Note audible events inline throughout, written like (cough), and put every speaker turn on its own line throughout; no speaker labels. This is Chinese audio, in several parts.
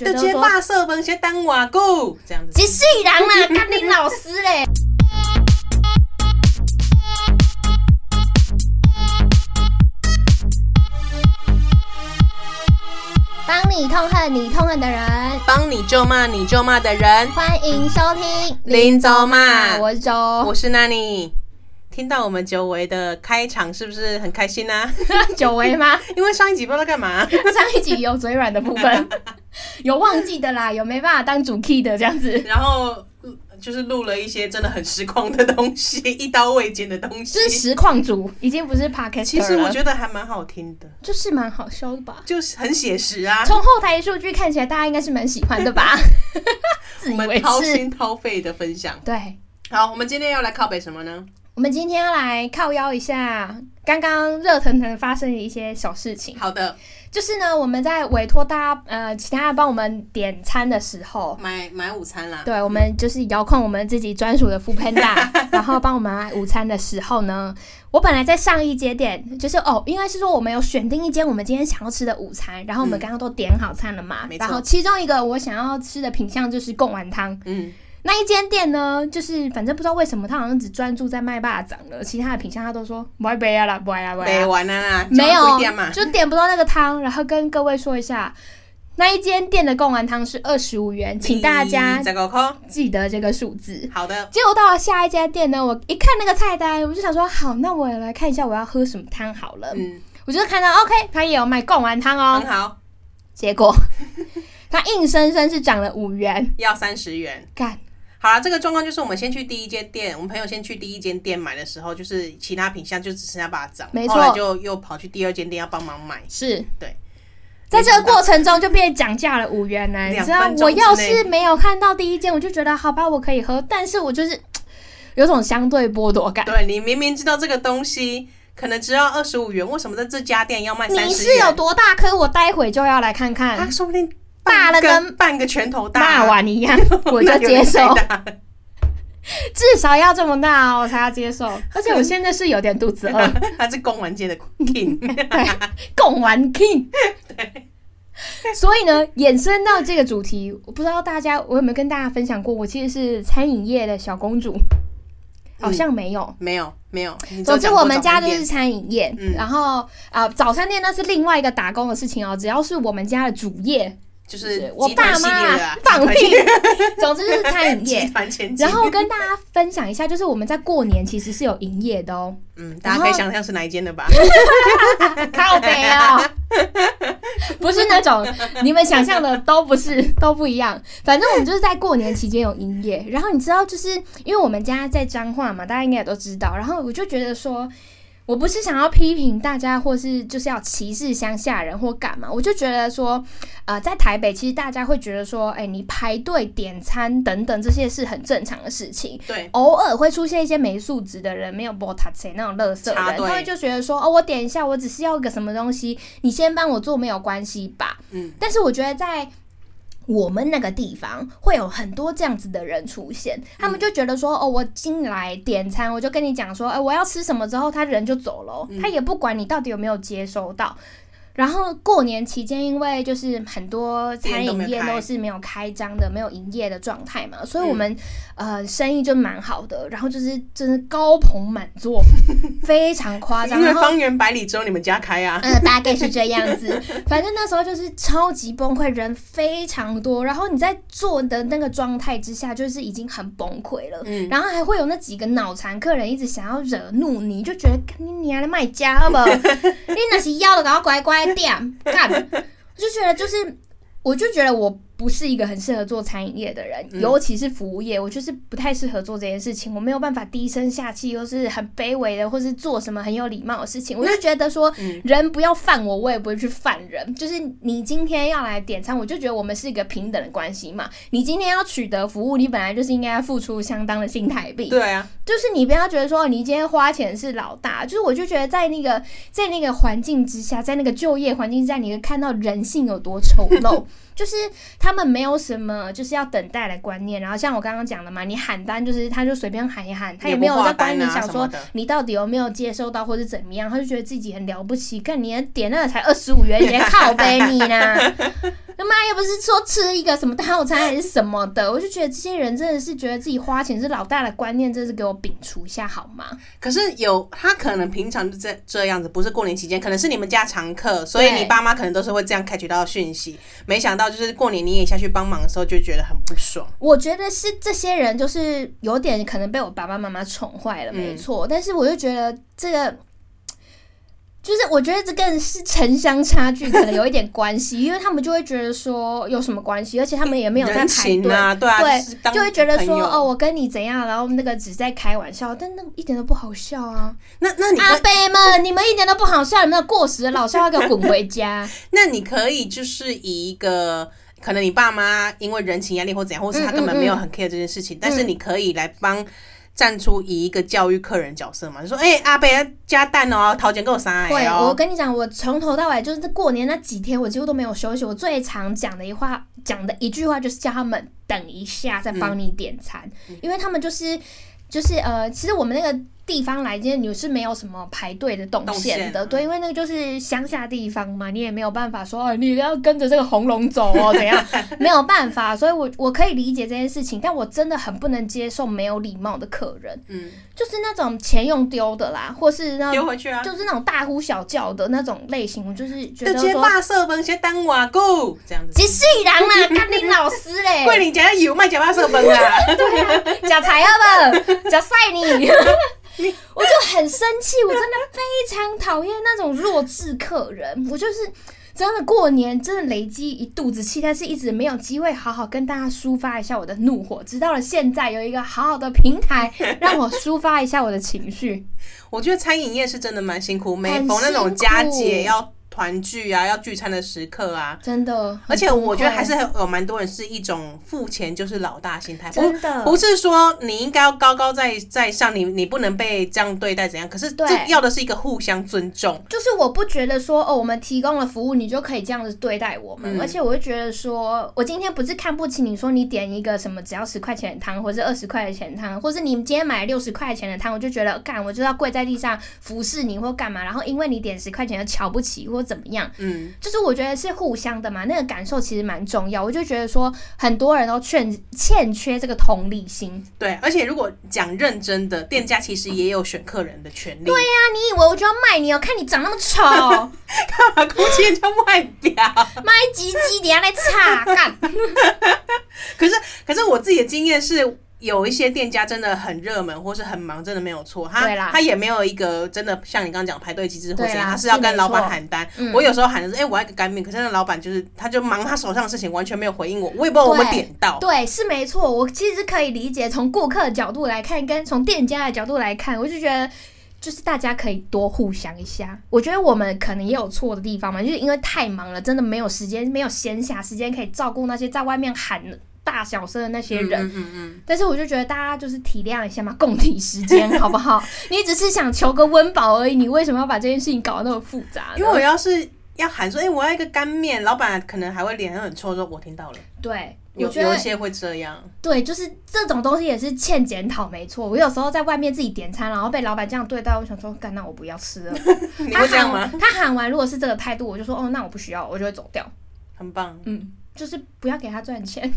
就
觉
接
得说
霸社门先当瓦固这样子
即。是人
(laughs)
啦，干你老师嘞。帮你痛恨你痛恨的人，
帮你咒骂你咒骂的人，
欢迎收听。啊
林咒骂，
我是周，
啊我是娜妮。听到我们久违的开场，是不是很开心呢、
(laughs)
啊？
久违吗？
因为上一集不知道在干
(laughs)
嘛，
上一集有嘴软的部
(laughs)
分，有忘记的啦，有没办法当主 key 的这样子，
然后就是录了一些真的很失控的东西，一刀未剪的东
就是
西。
实况组，已经不是 p o d c a s t
其实我觉得还蛮好听的，
就是蛮好笑的吧。
就是很写实啊。
从后台数据看起来，大家应该是蛮喜欢的
(laughs)
吧？自
我
以
们
为
掏
是。
心掏肺的分享。
对，
好，我们今天要来靠北什么呢？
我们今天要来靠腰一下刚刚热腾腾发生的一些小事情。
好的，
就是呢，我们在委托大家呃其他人帮我们点餐的时候。
买买午餐啦。
对，我们就是遥控我们自己专属的 f o o
(laughs)
Panda，然后帮我们买午餐的时候呢，我本来在上一节点，就是哦，应该是说我们有选定一间我们今天想要吃的午餐，然后我们
嗯
刚刚都点好餐了嘛，
没错
然后其中一个我想要吃的品相就是贡丸汤，
嗯，
那一间店呢，就是反正不知道为什么，他好像只专注在卖霸掌了，其他的品相他都说不爱杯啊啦，不爱啦，不爱
北
啦，
完啦啦，
没
就
有
一点嘛，。
就点不到那个汤。然后跟各位说一下，那一间店的贡丸汤是二十五元，请大家
这个扣。
记得这个数字。
好的，
结果到了下一家店呢，我一看那个菜单，我就想说，好，那我来看一下我要喝什么汤好了。
嗯，
我就看到 OK，他也有卖贡丸汤哦
很。好，
结果 (laughs) 他硬生生是涨了五元，
要三十元。
干
好啦，这个状况就是我们先去第一间店，我们朋友先去第一间店买的时候，就是其他品相就只剩下巴掌，
没错
后来就又跑去第二间店要帮忙买。
是
对，
在这个过程中就变涨价了五元呢、你
两
知道
分钟
我要
之内
是没有看到第一间，我就觉得好吧，我可以喝，但是我就是嘖有种相对剥夺感。
对你明明知道这个东西可能只要二十五元，为什么在这家店要卖三
你
十
是有
元？啊
多大颗？我待会就要来看
他
看，
说不定
大了
跟半个拳头大啊，
大碗一样，我
(laughs) 那
就接
有点太
受，
大了
(laughs) 至少要这么大哦，我才要接
(laughs)
受。而且我现在是有点肚子饿，
他是公玩界的 king， (laughs)
贡丸 king。所以呢，衍生到这个主题，我不知道大家我有没有跟大家分享过，我其实是餐饮业的小公主，好像没有。
没有没有。嗯你只有
总之，
讲过
我们家
早餐
就是
店
餐饮业，
嗯
然后啊、呃早餐店那是另外一个打工的事情哦。只要是我们家的主业，
就是
我
集团
爸
系
妈
列的
啊
啊，
放
集
屁， (laughs) 总之就是餐
团
饮
(laughs) 集
业。
团前进
然。后跟大家分享一下，就是我们在过年其实是有营业的哦，
嗯，大家
然后
可以想象是哪一间的吧？
靠北啊、不是那种你们想象的都不是， (laughs) 都不一样。反正我们就是在过年期间有营业，然后你知道，就是因为我们家在彰化嘛，大家应该也都知道。然后我就觉得说，我不是想要批评大家，或是就是要歧视乡下人或干嘛，我就觉得说，呃，在台北其实大家会觉得说，哎、你排队点餐等等这些是很正常的事情。
对，
偶尔会出现一些没素质的人，没有 b o t a 那种乐色人，
插队
他们就觉得说哦，我点一下，我只是要个什么东西，你先帮我做没有关系吧。
嗯，
但是我觉得在我们那个地方会有很多这样子的人出现，他们就觉得说哦，我进来点餐，我就跟你讲说，哎、我要吃什么之后，他人就走了哦，
嗯
他也不管你到底有没有接收到。然后过年期间，因为就是很多餐饮
店
业
都没有开
都是没有开张的、没有营业的状态嘛，所以
嗯
我们、呃生意就蛮好的，然后就是真是高朋满
(laughs)
座，非常夸张。
因为
然后
方圆百里只有你们家开啊。
呃，大概是这样子。反正那时候就是超级崩溃，人非常多，然后你在做的那个状态之下，就是已经很崩溃了。
嗯，
然后还会呃有那几个脑残客人一直想要惹怒你，就觉得干你娘的卖家好不好？ (laughs) 你那是要的，赶快乖乖点干。我就觉得就是，我就觉得我不是一个很适合做餐饮业的人，
嗯
尤其是服务业，我就是不太适合做这件事情。我没有办法低声下气，又是很卑微的，或是做什么很有礼貌的事情。我就觉得说，
嗯
人不要犯我，我也不会去犯人。就是你今天要来点餐，我就觉得我们是一个平等的关系嘛。你今天要取得服务，你本来就是应该要付出相当的新台币。
对啊，
就是你不要觉得说哦你今天花钱是老大，就是我就觉得在那个在那个环境之下，在那个就业环境之下，你会看到人性有多丑陋，就是他们没有什么就是要等待的观念。然后像我刚刚讲的嘛，你喊单就是他就随便喊一喊，他也没有在管你
你
想说
啊的。
你到底有没有接收到或是怎么
(laughs)
样，他就觉得自己很了不起，看你的点那个才二十五元，你在靠背你呢？他妈又不是说吃一个什么套餐还是什么的，我就觉得这些人真的是觉得自己花钱是老大的观念，真是给我摒除一下好吗？
可是有他可能平常就这这样子，不是过年期间，可能是你们家常客，所以
对
你爸妈可能都是会这样开取到讯息。没想到就是过年你也下去帮忙的时候，就觉得很不爽。
我觉得是这些人就是有点可能被我爸爸妈妈宠坏了，
嗯
没错。但是我就觉得这个，就是我觉得这跟是城乡差距可能有一点关系，因为他们就会觉得说有什么关系，而且他们也没有在
人
排队
情。啊，对啊，
对
就是当
就会觉得
朋
说
友
哦，，我跟你怎样，然后那个只是在开玩笑，但那个一点都不好笑啊！
那那你会
阿伯们，你们一点都不好笑，你们那过时的老笑话给我滚回家！
那你可以就是以一个可能你爸妈因为人情压力或怎样，或
嗯
是他根本没有很 care 这件事情，但是你可以来帮站出以一个教育客人角色嘛，就说哎、阿伯加蛋哦，桃姐给我三
会，
来
我
哦。
跟你讲，我从头到尾就是过年那几天，我几乎都没有休息。我最常讲的一话，讲的一句话就是叫他们等一下再帮你点餐，因为他们就是就是呃，其实我们那个地方来，今天你是没有什么排队的动线的，
动线
对，因为那个就是乡下地方嘛，你也没有办法说、哦、你要跟着这个红龙走哦，怎样，没有办法，所以我我可以理解这件事情，但我真的很不能接受没有礼貌的客人，
嗯，
就是那种钱用丢的啦，或是那种
丢回去啊！
就是那种大呼小叫的那种类型，我就是觉
就
得
接
说，
霸色本，先当瓦固这样子。
即是人啦，干你老师嘞，
(laughs) 桂林家有卖假霸色本
(laughs)
啊！
对啊，假财啊不，假晒你，我就很生气，我真的非常讨厌那种弱智客人，我就是。真的过年真的累积一肚子气，但是一直没有机会好好跟大家抒发一下我的怒火，直到了现在有一个好好的平台让我抒发一下我的情绪。
我觉得餐饮业是真的蛮辛苦，每
很
逢那
辛
种
苦
佳节要团聚啊，要聚餐的时刻啊，
真的，
而且
很崩
我觉得
溃
还是有蛮多人是一种付钱就是老大心态，不
真的
不是说你应该要高高在在上，你你不能被这样对待怎样？可是这
对
要的是一个互相尊重，
就是我不觉得说哦，我们提供了服务，你就可以这样子对待我们，
嗯
而且我会觉得说，我今天不是看不起你说你点一个什么只要十块钱的汤，或者二十块钱的汤，或是你今天买六十块钱的汤，我就觉得干，我就要跪在地上服侍你或干嘛，然后因为你点十块钱就瞧不起或怎么样，
嗯，
就是我觉得是互相的嘛，那个感受其实蛮重要。我就觉得说，很多人都欠欠缺这个同理心。
对。而且如果讲认真的，店家其实也有选客人的权利，
对
对
啊，你以为我就要卖你哦？看你长那么丑。 (laughs)
呀、啊，攻击人家外表。
卖鸡鸡底下来擦干，
可是 (laughs) 可是我自己的经验是。有一些店家真的很热门，或是很忙，真的没有错。他
对啦
他也没有一个真的像你刚刚讲排队机制或怎
对
样，
啦
他是要
是
跟
没
老板
错
喊单，
嗯
我有时候喊的是，哎、我要一个干面，可是那老板就是，他就忙他手上的事情，完全没有回应我，我也不知道我们
对
点到。
对，是没错。我其实可以理解，从顾客的角度来看，跟从店家的角度来看，我就觉得。就是大家可以多互相一下，我觉得我们可能也有错的地方嘛，就是因为太忙了，真的没有时间，没有闲暇时间可以照顾那些在外面喊大小声的那些人。
嗯嗯嗯，
但是我就觉得大家就是体谅一下嘛，共体时间好不
(laughs)
好？你只是想求个温饱而已，你为什么要把这件事情搞得那么复杂呢？
因为我要是要喊说，哎、我要一个干面，老板可能还会脸很臭，说我听到了。
对，我
有
觉得
有一些会这样，
对，就是这种东西也是欠检讨，没错。我有时候在外面自己点餐，然后被老板这样对待，我想说，干，那我不要吃了。
(laughs) 你
他
会这样
喊
吗？
完，他喊完，如果是这个态度，我就说，哦，那我不需要，我就会走掉。
很棒，
嗯，就是不要给他赚钱。 (laughs)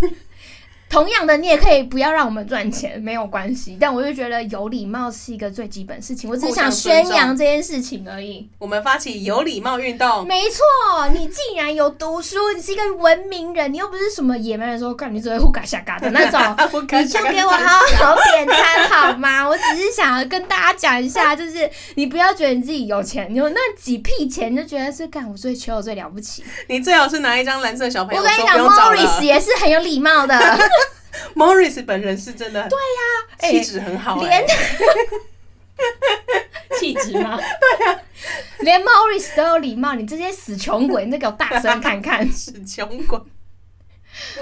同样的，你也可以不要让我们赚钱，没有关系。但我就觉得有礼貌是一个最基本事情，我只是想
互相尊
宣
重哦
扬这件事情而已。
我们发起有礼貌运动。
没错，你竟然有读书，你是一个文明人，你又不是什么野蛮人说，干你只会呼嘎下嘎的那种。
啊，我感
你
觉
就给我好好点餐好吗？ (laughs) 我只是想要跟大家讲一下，就是你不要觉得你自己有钱，你有那几屁钱就觉得是干我最穷，我最了不起。
你最好是拿一张蓝色小朋
我
友
跟
说
你讲
不用找
，Morris
了。
也是很有礼貌的，
Morris 本人是真的，对
哎
气质很好、哎 (laughs)
连气质吗？ (laughs) 对啊，连 Morris 都有礼貌，你这些死穷鬼，你再给我大声看看！ (laughs)
哎是穷鬼。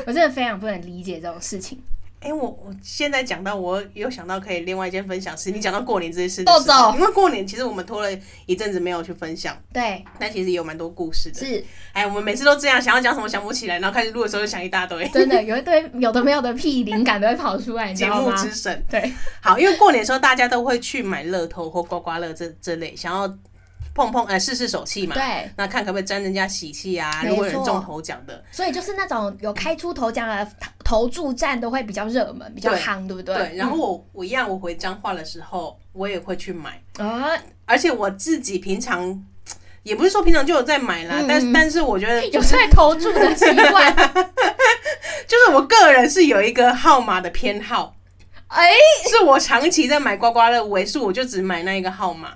我真的非常不能理解这种事情。
哎、我我现在讲到，我有想到可以另外一件分享是，你讲到过年这件事，
豆豆
因为过年其实我们拖了一阵子没有去分享，
对，
但其实也有蛮多故事的。
是
哎，我们每次都这样，想要讲什么想不起来，然后开始录的时候就想一大堆。
真的有一堆有的没有的屁灵感都会跑出来，你知
节
道
目
吗？
之神，
对，
好，因为过年的时候大家都会去买乐透或刮刮乐这这类，想要碰碰，呃，试试手气嘛。
对，
那看可不可以沾人家喜气啊？
没
如果有人
错
中头奖的，
所以就是那种有开出头奖的投注站都会比较热门，比较
对
夯，对不对？嗯
对。然后我我一样，我回彰化的时候，我也会去买，
嗯啊，
而且我自己平常也不是说平常就有在买啦，
嗯嗯
但但是我觉得
有在投注的习惯，
(laughs) 就是我个人是有一个号码的偏好，
哎，
是我长期在买刮刮乐尾数，我就只买那一个号码。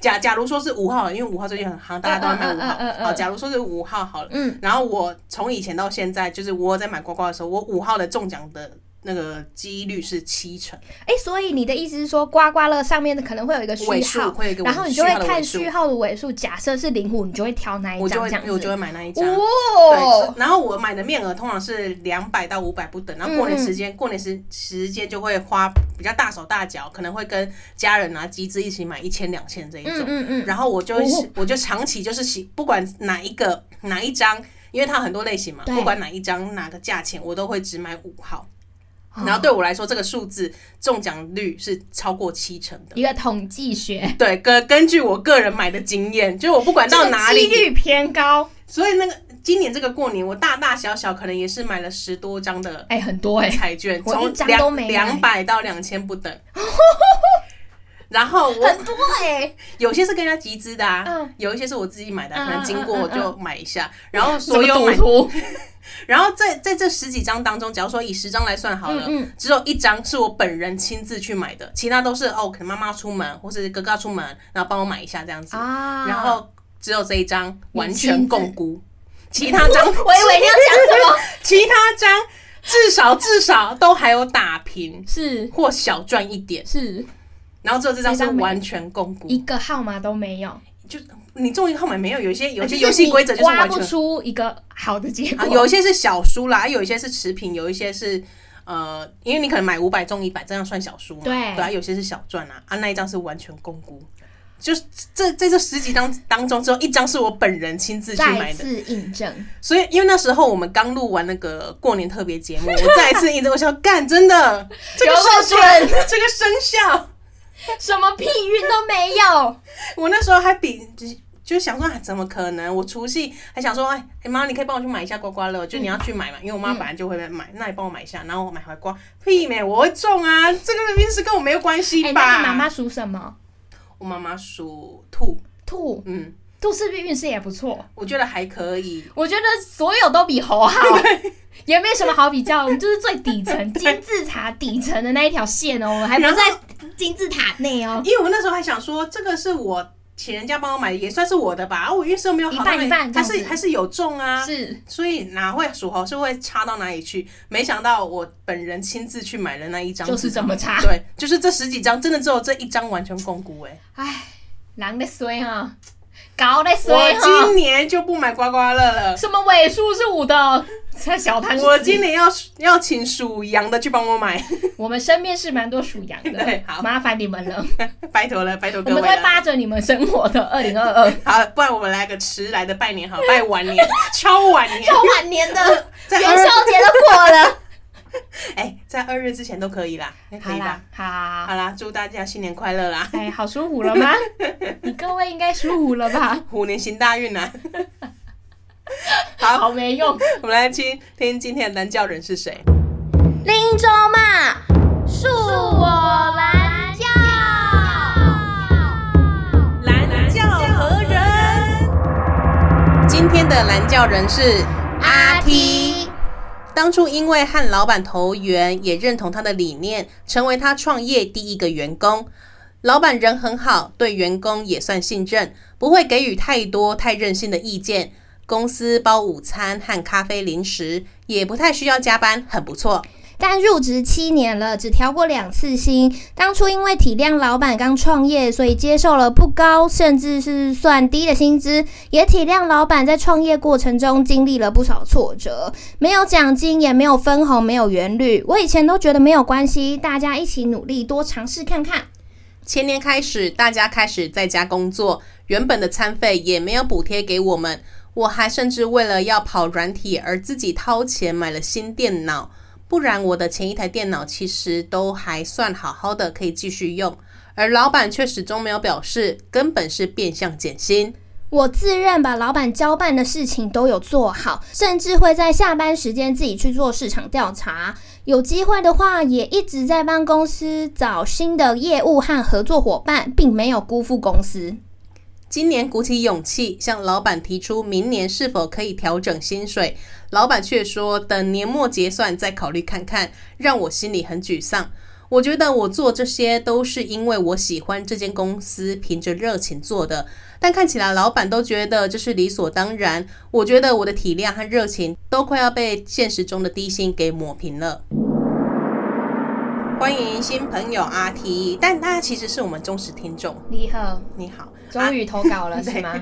假假如说是五号，因为五号最近很夯，大家都在买
嗯嗯
五
嗯嗯嗯嗯
号。好，假如说是五号好了，
嗯，
然后我从以前到现在，就是我在买刮刮的时候，我五号的中奖的那个几率是七成，
哎，所以你的意思是说，刮刮乐上面的可能会有一个
尾
序
数
号，
会有一个尾
然后你就会
序号的
看
尾数
序号的尾数，假设是零五，你就会挑哪一
我就
张
会
这样
我就
子。
会买那一张。对，
哦，
然后我买的面额通常是两百到五百不等，然后过
嗯
年时间、过年时时间就会花比较大手大脚，可能会跟家人啊、集资一起买一千、两千这一种。
嗯嗯嗯，
然后我就是、
哦
我就长期就是喜，不管哪一个哪一张，因为它有很多类型嘛，
对
不管哪一张哪个价钱，我都会只买五号。
哦嗯
然后
啊
对我来说，这个数字中奖率是超过七成的。
一个统计学，
对，根根据我个人买的经验，就是我不管到哪
这
里
个，几率偏高，
所以那个今年这个过年，我大大小小可能也是买了十多张的
哎，很多哎，
彩券，
我
从
一张都
两
没买
两百到两千不
(laughs)
等。然后我
很多哎，
有些是跟人家集资的啊
嗯，
有一些是我自己买的啊，
嗯
可能经过
嗯嗯
我就买一下。然后所
什
有
么
买
赌，徒，
然后在在这十几张当中，假如说以十张来算好了
嗯嗯，
只有一张是我本人亲自去买的，其他都是哦，可能妈妈出门或是哥哥要出门，然后帮我买一下这样子。
啊，
然后只有这一张完
你亲
全
自
共估，其他
(laughs)
张
我以为你要讲什么，
(laughs) 其他张至少至少都还有打平
是
或小赚一点，
是
然后只有这张
这
是
张没
完全共估
一。个号码都没有，
你中一个号码没有，有一些有一些
就是
游戏规则就是
刮
完
不
全
出一个好的结
啊，
果，
有一些是小输啦，啊有一些是持平，有一些是。呃，因为你可能买五百中一百，这样算小输嘛？
对
啊，有些是小赚啊，啊那一张是完全共估，就是这在这十几张当中，只有一张是我本人亲自去买
再
的，
次印证， (laughs)
所以，因为那时候我们刚录完那个过年特别节目，我再一次印证，我 (laughs) 想干，真的，这个
有够准，
生效， (laughs) 这个生效。
什么屁运都没有，
我那时候还比就是就想说、啊，怎么可能？我除夕还想说，哎、哎妈，你可以帮我去买一下刮刮乐，就你要去买嘛，
嗯
因为我妈本来就会买，那你帮我买一下，然后我买回来刮，屁没，我会中啊，这个 (laughs) 明明是跟我没有关系
哎，那
吧？
你妈妈属什么？
我妈妈属兔，
兔，
嗯，
兔是不是运势也不错？
我觉得还可以，
我觉得所有都比猴好，
(laughs)
也没什么好比较。我们就是最底层金字塔底层的那一条线哦，我们还不
然后
在金字塔内哦，
因为我那时候还想说，这个是我请人家帮我买，也算是我的吧。啊，我运势又没有好，
一半一半
他
这样
是
子
还是有中啊。
是
所以哪会属猴是会差到哪里去？没想到我本人亲自去买了那一张纸，
就是这么差。
对，就是这十几张，真的只有这一张完全共估哎、
唉，狼在衰哈，搞在衰
我
哈，
今年就不买刮刮乐了，
什么尾数是五的？在小摊
我今年要要请属羊的去帮我买，
我们身边是蛮多属 (laughs) 羊的
对，好 (laughs)
麻烦你们 (laughs) 了，
拜托了，拜托
我
各
们
位
都会
了。
扒着你们生活 (laughs) 的。二零二二，
好，不然我们来个迟来的拜年好，拜晚年， (laughs) 超晚年，
到晚年 (laughs) 的
在
元
二
宵节都过了。
哎、在二月之前都可以啦，可
好
以
啦
啦。，
好好好
好啦，祝大家新年快乐啦， (laughs)
哎，好舒服了 (laughs) 吗？你各位应该舒服了吧？
虎年行大运啦！ (laughs) 好，
好没用。
我们来听听今天的蓝教人是谁。
林州嘛，恕我蓝教。
蓝教何人？今天的蓝教人是
阿 T，
当初因为和老板投缘，也认同他的理念，成为他创业第一个员工。老板人很好，对员工也算信任，不会给予太多太任性的意见。公司包午餐和咖啡零食，也不太需要加班，很不错。
但入职七年了，只调过两次薪。当初因为体谅老板刚创业，所以接受了不高甚至是算低的薪资，也体谅老板在创业过程中经历了不少挫折，没有奖金，也没有分红，没有元率。我以前都觉得没有关系，大家一起努力，多尝试看看。
前年开始，大家开始在家工作，原本的餐费也没有补贴给我们。我还甚至为了要跑软体而自己掏钱买了新电脑，不然我的前一台电脑其实都还算好好的，可以继续用。而老板却始终没有表示，根本是变相减薪。
我自认把老板交办的事情都有做好，甚至会在下班时间自己去做市场调查。有机会的话，也一直在帮公司找新的业务和合作伙伴，并没有辜负公司。
今年鼓起勇气向老板提出明年是否可以调整薪水，老板却说等年末结算再考虑看看，让我心里很沮丧。我觉得我做这些都是因为我喜欢这间公司，凭着热情做的，但看起来老板都觉得这是理所当然。我觉得我的体谅和热情都快要被现实中的低薪给抹平了。欢迎新朋友阿 T，但他其实是我们忠实听众。
你好，
你好，
终于投稿了、是吗？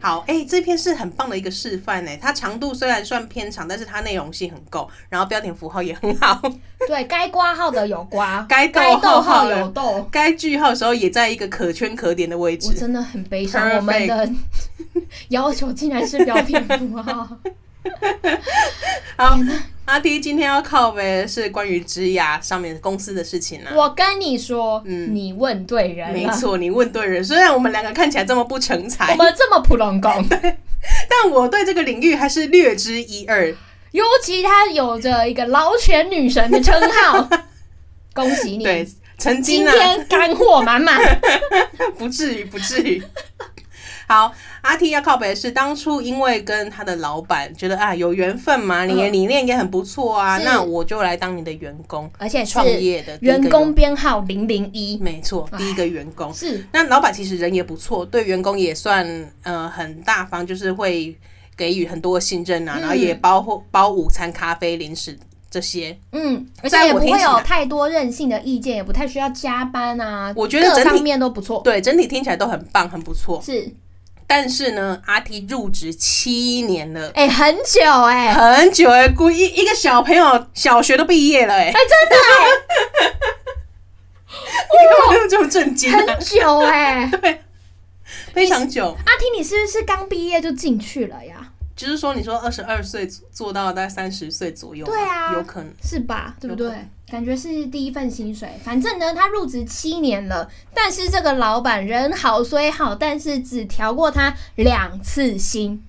好，哎、这篇是很棒的一个示范呢。它长度虽然算偏长，但是它内容性很够，然后标点符号也很好，
对该挂号的有挂，
该
该
逗
逗
号
号
的
有逗。
该句号的时候也在一个可圈可点的位
我
置。
真的很悲伤
Perfect
我们的
(laughs)
要求竟然是标点符
(laughs)
号。
好，阿 T 今天要靠背的是关于职涯上面公司的事情呢、啊。
我跟你说，你问对人
嗯没
了。
错，你问对人。虽然我们两个看起来这么不成
我
才，
们这么普龙工，
哎但我对这个领域还是略知一二。
尤其她有着一个劳权女神的称
(laughs)
号，恭喜你！
对，曾
今
经呢、啊
天干货满
(laughs)
满。
不至于，不至于。 (laughs) 好，阿 T 要靠北的是，当初因为跟他的老板觉得啊有缘分嘛，你的理念也很不错啊，
嗯是
那我就来当你的员工，
而且是
创业的第一个
员工，编号零零一，
没错，第一个员工。
是
那老板其实人也不错，对员工也算呃很大方，就是会给予很多的信任
嗯
啊，然后也包括包午餐、咖啡、零食这些。
嗯，而且
在
也
我
不
听
会
起来
有太多任性的意见，也不太需要加班啊，
我觉得
各
整
方
体
面都不错。
对整体听起来都很棒，很不错。
是，
但是呢，阿 T 入职七年了。
哎、很久哎、
很久哎、欸，估一一个小朋友小学都毕业了哎、欸，
哎、真的哎、 (laughs)
你 (laughs) 有这么震惊、啊
很？久哎、
非常久，
阿婷，你是不是刚毕业就进去了呀？
就是说你说二十二岁做到大概三十岁左右吗，
对啊
有可能。
是吧？对不
有可
对？感觉是第一份薪水。反正呢，他入职七年了，但是这个老板人好虽好，但是只调过他两次薪。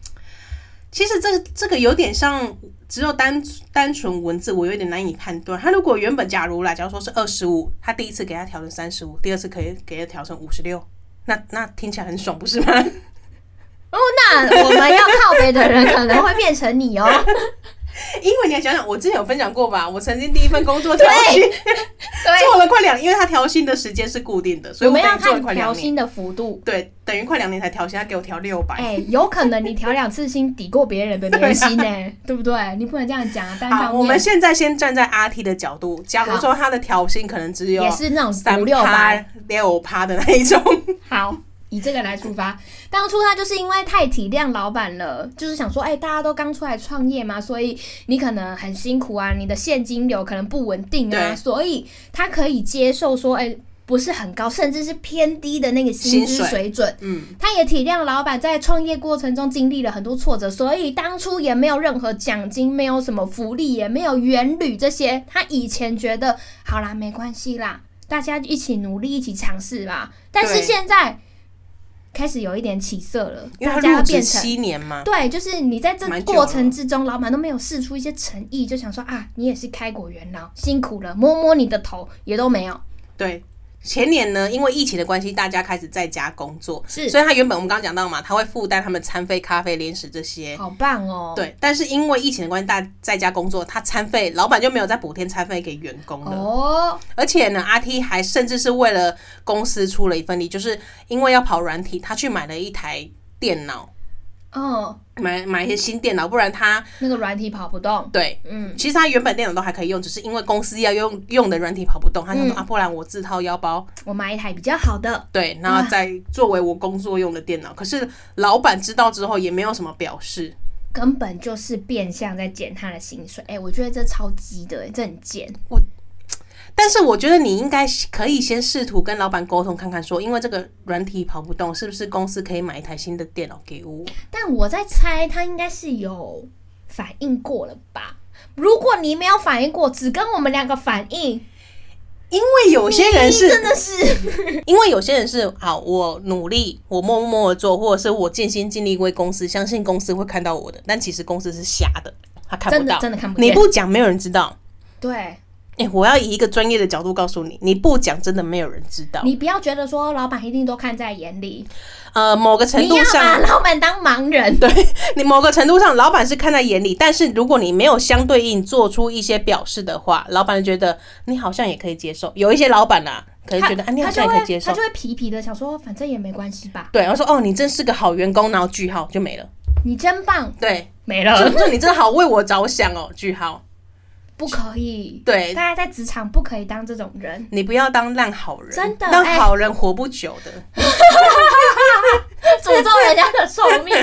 其实这这个有点像。只有单单纯文字，我有点难以判断。他如果原本假如啦，假如说是二十五，他第一次给他调成三十五，第二次可以给他调成五十六，那那听起来很爽，不是吗？
哦，那我们要
哦
靠北的人可能会变成你哦。
因为你要想想，我之前有分享过吧，我曾经第一份工作调薪，
对，
做了快两，因为他调薪的时间是固定的， (laughs) 所以
我们
等
要
于做了快
看
两
调
年。
薪的幅度。
(laughs) 对，等于快两年才调薪，他给我调六百、
哎、有可能你调两次薪抵过别人的年薪
(laughs)
呢、对不对？你不能这样讲啊，单
啊好，
方
我们
面
现在先站在阿 T 的角度，假如说他的调薪可能只有
也是那种
哦三
五六百
趴、六趴的那一种，
好，以这个来出发，当初他就是因为太体谅老板了，就是想说，哎、大家都刚出来创业嘛，所以你可能很辛苦啊，你的现金流可能不稳定啊，
对
所以他可以接受说，哎、不是很高，甚至是偏低的那个薪
薪
资
水
水准。
嗯，
他也体谅老板在创业过程中经历了很多挫折，所以当初也没有任何奖金，没有什么福利，也没有元旅这些。他以前觉得好啦，没关系啦，大家一起努力，一起尝试吧。但是
对
现在开始有一点起色了，
因为
大
他
家
入职
变成。
七年嘛，
对，就是你在这
蛮久
过程
了
之中，老板都没有试出一些诚意，就想说啊，你也是开国元老，辛苦了，摸摸你的头也都没有，
对。前年呢，因为疫情的关系，大家开始在家工作，
是
所以他原本我们刚刚讲到嘛，他会负担他们餐费、咖啡、零食这些。
好棒哦。
对，但是因为疫情的关系，大在家工作，他餐费老板就没有再补贴餐费给员工了。
哦，
而且呢，阿 T 还甚至是为了公司出了一份力，就是因为要跑软体，他去买了一台电脑，
嗯，
买买一些新电脑，不然他
那个软体跑不动，
对。
嗯，
其实他原本电脑都还可以用，只是因为公司要用用的软体跑不动，他想说、
嗯
啊，不然我自掏腰包，
我买一台比较好的，
对，然后再作为我工作用的电脑。可是老板知道之后也没有什么表示，
根本就是变相在减他的薪水。哎、我觉得这超级的，这很贱。
但是我觉得你应该可以先试图跟老板沟通看看说因为这个软体跑不动，是不是公司可以买一台新的电脑给我？
但我在猜，他应该是有反应过了吧？如果你没有反应过，只跟我们两个反应，
因为有些人是
真的是，
因为有些人是好，我努力，我默默的做，或者是我尽心尽力为公司，相信公司会看到我的，但其实公司是瞎的，他看
真
不
的
到。
真的看不
你
见。
不讲，没有人知道。
对，
哎、我要以一个专业的角度告诉你，你不讲，真的没有人知道。
你不要觉得说老板一定都看在眼里，
呃，某个程
你
度
要啊把
上，
老板当盲人。
(laughs) 你某个程度上，老板是看在眼里，但是如果你没有相对应做出一些表示的话，老板就觉得你好像也可以接受。有一些老板啊，可能觉得啊，你好
他就
像也可以接
会
受
他就。会皮皮的想说，反正也没关系吧，
对，然后说哦，你真是个好员工，然后句号就没了。
你真棒，
对，
没
就
了，
就你真的好为我着想哦，句号。
不可以。
对
大，家在职场不可以当这种人。
你不要当烂好人，
真的
当
哎
好人活不久的。
诅咒人家的寿命，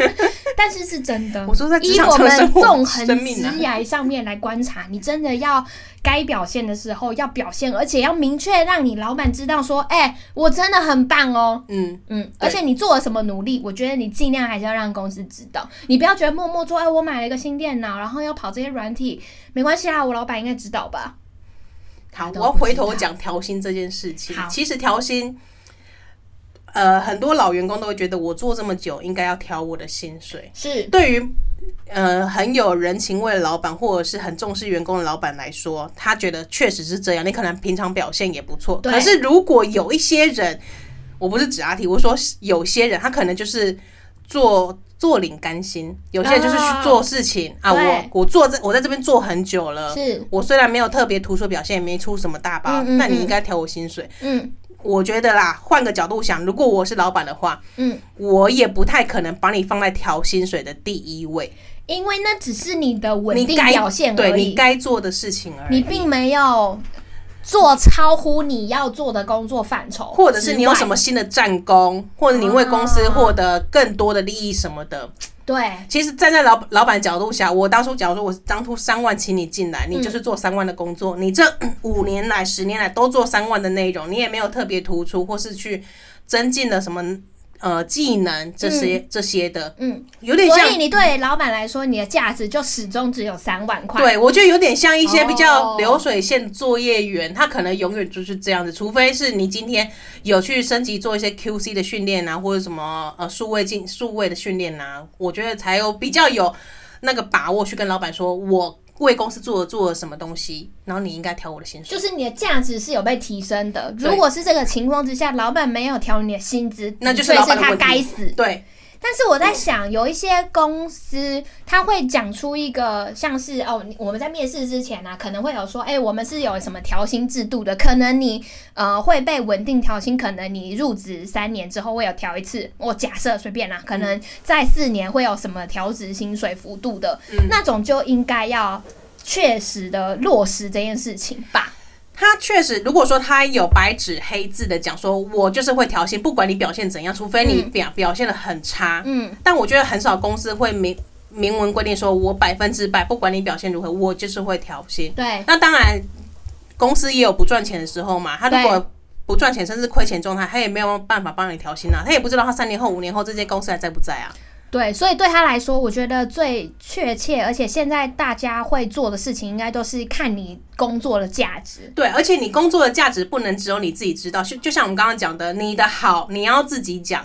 (laughs) 但是是真的
我。说在职
以
场
我
上的
们
生活
纵横
生命
职
啊，
涯上面来观察，你真的要该表现的时候要表现，而且要明确让你老板知道说，哎、我真的很棒哦，
嗯，
嗯，
对
而且你做了什么努力，我觉得你尽量还是要让公司知道，你不要觉得默默做，哎、我买了一个新电脑，然后要跑这些软体，没关系啊，我老板应该知道吧？
好，
大家都
我要
不
回
知
头
道
讲调薪这件事情
好。
其实调薪，呃，很多老员工都会觉得我做这么久，应该要调我的薪水。
是，
对于呃很有人情味的老板，或者是很重视员工的老板来说，他觉得确实是这样。你可能平常表现也不错，
对
可是如果有一些人，我不是指阿提，我说有些人他可能就是做。坐领甘心，有些人就是去
哦
做事情、啊，
对
我我做这我在这边做很久了，
是，
我虽然没有特别突出表现，也没出什么大包，
嗯嗯
那你
嗯
应该调我薪水。
嗯
我觉得啦，换个角度想，如果我是老板的话，
嗯，
我也不太可能把你放在调薪水的第一位，
因为那只是你的稳
你
定
该
表现而
对
已
你，该做的事情而
你
已。
并没有做超乎你要做的工作范畴之外，
或者是你有什么新的战功，或者你为公司
啊
获得更多的利益什么的。
对
其实站在老老板角度下，我当初假如说我当初三万请你进来，你就是做
嗯
三万的工作，你这 (clears throat) 五年来、十年来都做三万的内容，你也没有特别突出，或是去增进了什么呃技能这些、这些的，
嗯，
有点
所以
像。
你对老板来说，你的价值就始终只有三万块。，
对，我觉得有点像一些比
哦
较流水线作业员，他可能永远就是这样子，除非是你今天有去升级做一些 QC 的训练啊，或者什么呃数位进数位的训练啊，我觉得才有比较有那个把握去跟老板说，我为公司做了做了什么东西，然后你应该调我的薪水。
就是你的价值是有被提升的。
对
如果是这个情况之下，老板没有调你的薪资，
那就是
所以
老
是
板的
他
问题
该死。
对，
但是我在想，有一些公司他会讲出一个像是哦，你我们在面试之前呢、啊，可能会有说，哎、我们是有什么调薪制度的，可能你呃会被稳定调薪，可能你入职三年之后会有调一次。我假设随便啦、可能在四年会有什么调职薪水幅度的，那种就应该要确实的落实这件事情吧。
他确实，如果说他有白纸黑字的讲说，我就是会调薪，不管你表现怎样，除非你表、表现的很差，
嗯，
但我觉得很少公司会明明文规定说，我百分之百不管你表现如何，我就是会调薪。
对，
那当然，公司也有不赚钱的时候嘛，他如
对
果不赚钱甚至亏钱状态，他也没有办法帮你调薪啊，他也不知道他三年后、五年后这间公司还在不在啊。
对，所以对他来说，我觉得最确切，而且现在大家会做的事情，应该都是看你工作的价
(laughs)
值。
对，而且你工作的价值不能只有你自己知道，就就像我们刚刚讲的，你的好你要自己讲。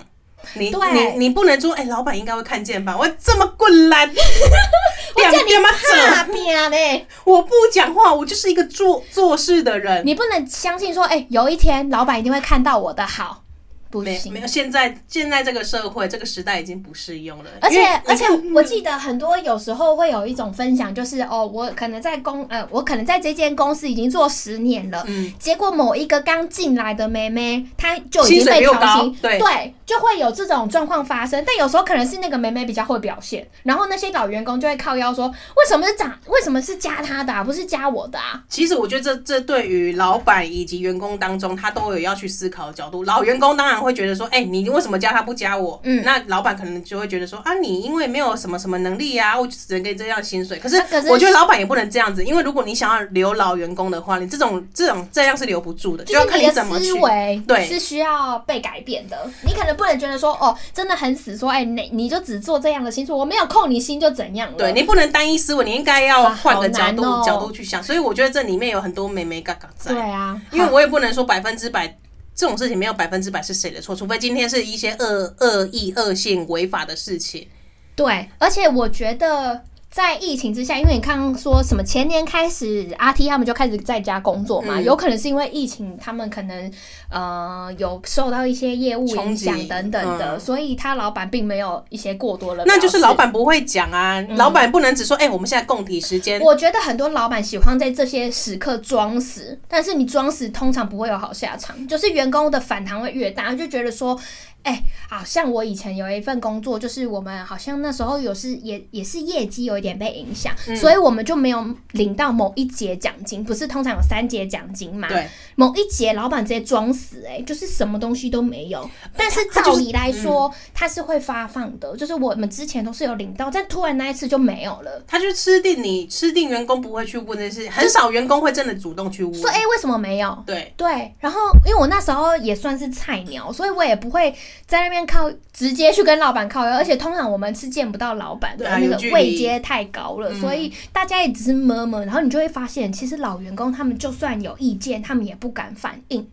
你
对
你你不能说，哎、老板应该会看见吧？我这么滚来，
(laughs) 我
两
叫你
边嘛
怕边嘞，
我不讲话，我就是一个做做事的人。
你不能相信说，哎、有一天老板一定会看到我的好，不
没
行
没。有，现在现在这个社会这个时代已经不适用了，
而且
因为
而且，我记得很多有时候会有一种分享，就是哦，我可能在公呃，我可能在这间公司已经做十年了，
嗯，
结果某一个刚进来的妹妹，她就已
薪
经
水
被
比我
调
高
薪，，
对，
对，就会有这种状况发生。但有时候可能是那个妹妹比较会表现，然后那些老员工就会靠腰说，为什么是长，为什么是加她的、啊，不是加我的啊？
其实我觉得这这对于老板以及员工当中，他都有要去思考的角度。老员工当然会觉得说，哎、你为什么加他不加我？
嗯
那老板可能就会觉得说，啊，你因为没有什么什么能力啊，我就只能给你这样薪水。可是
啊
可是
我觉得老板也不能这样子，因为如果你想要留老员工的话，你这种这种这样是留不住的，就要
就是
看
你的
怎么去
思。维
对
是需要被改变的，你可能不能觉得说哦，真的很死说，哎、你你就只做这样的星座，我没有扣你薪就怎样了。
对你不能单一思维，你应该要
啊
换个角度、
好难哦
角度去想。所以我觉得这里面有很多美眉嘎嘎在。
对啊，
因为
好
我也不能说百分之百这种事情没有百分之百是谁的错，除非今天是一些恶恶意、恶性违法的事情。
对
而且我觉得在疫情之下，因为你看说什么前年开始阿 T 他们就开始在家工作嘛，
嗯
有可能是因为疫情，他们可能呃有受到一些业务
冲
影
击
响等等的，
嗯
所以他老板并没有一些过多的，嗯
那就是老。板不会讲啊，老板不能只说，哎、我们现在供体时间。
我觉得很多老板喜欢在这些时刻装死，但是你装死通常不会有好下场，就是员工的反弹会越大，就觉得说，哎、好像我以前有一份工作，就是我们好像那时候有是也也是业绩有一点被影响，所以我们就没有领到某一节奖金，不是通常有三节奖金嘛？
对，
某一节老板直接装死、哎，就是什么东西都没有。但是
他就
照
是
理来说，嗯他是嗯会发放的，就是我们之前都是有领到，但突然那一次就没有了。
他就吃定你，吃定员工不会去问这些，很少员工会真的主动去问。
说哎、为什么没有？
对，
对，然后因为我那时候也算是菜鸟，所以我也不会在那边靠直接去跟老板靠腰，而且通常我们是见不到老板的
对啊
那
有距
个
离
位阶太高了，
嗯
所以大家也只是摸摸，然后你就会发现，其实老员工他们就算有意见，他们也不敢反应。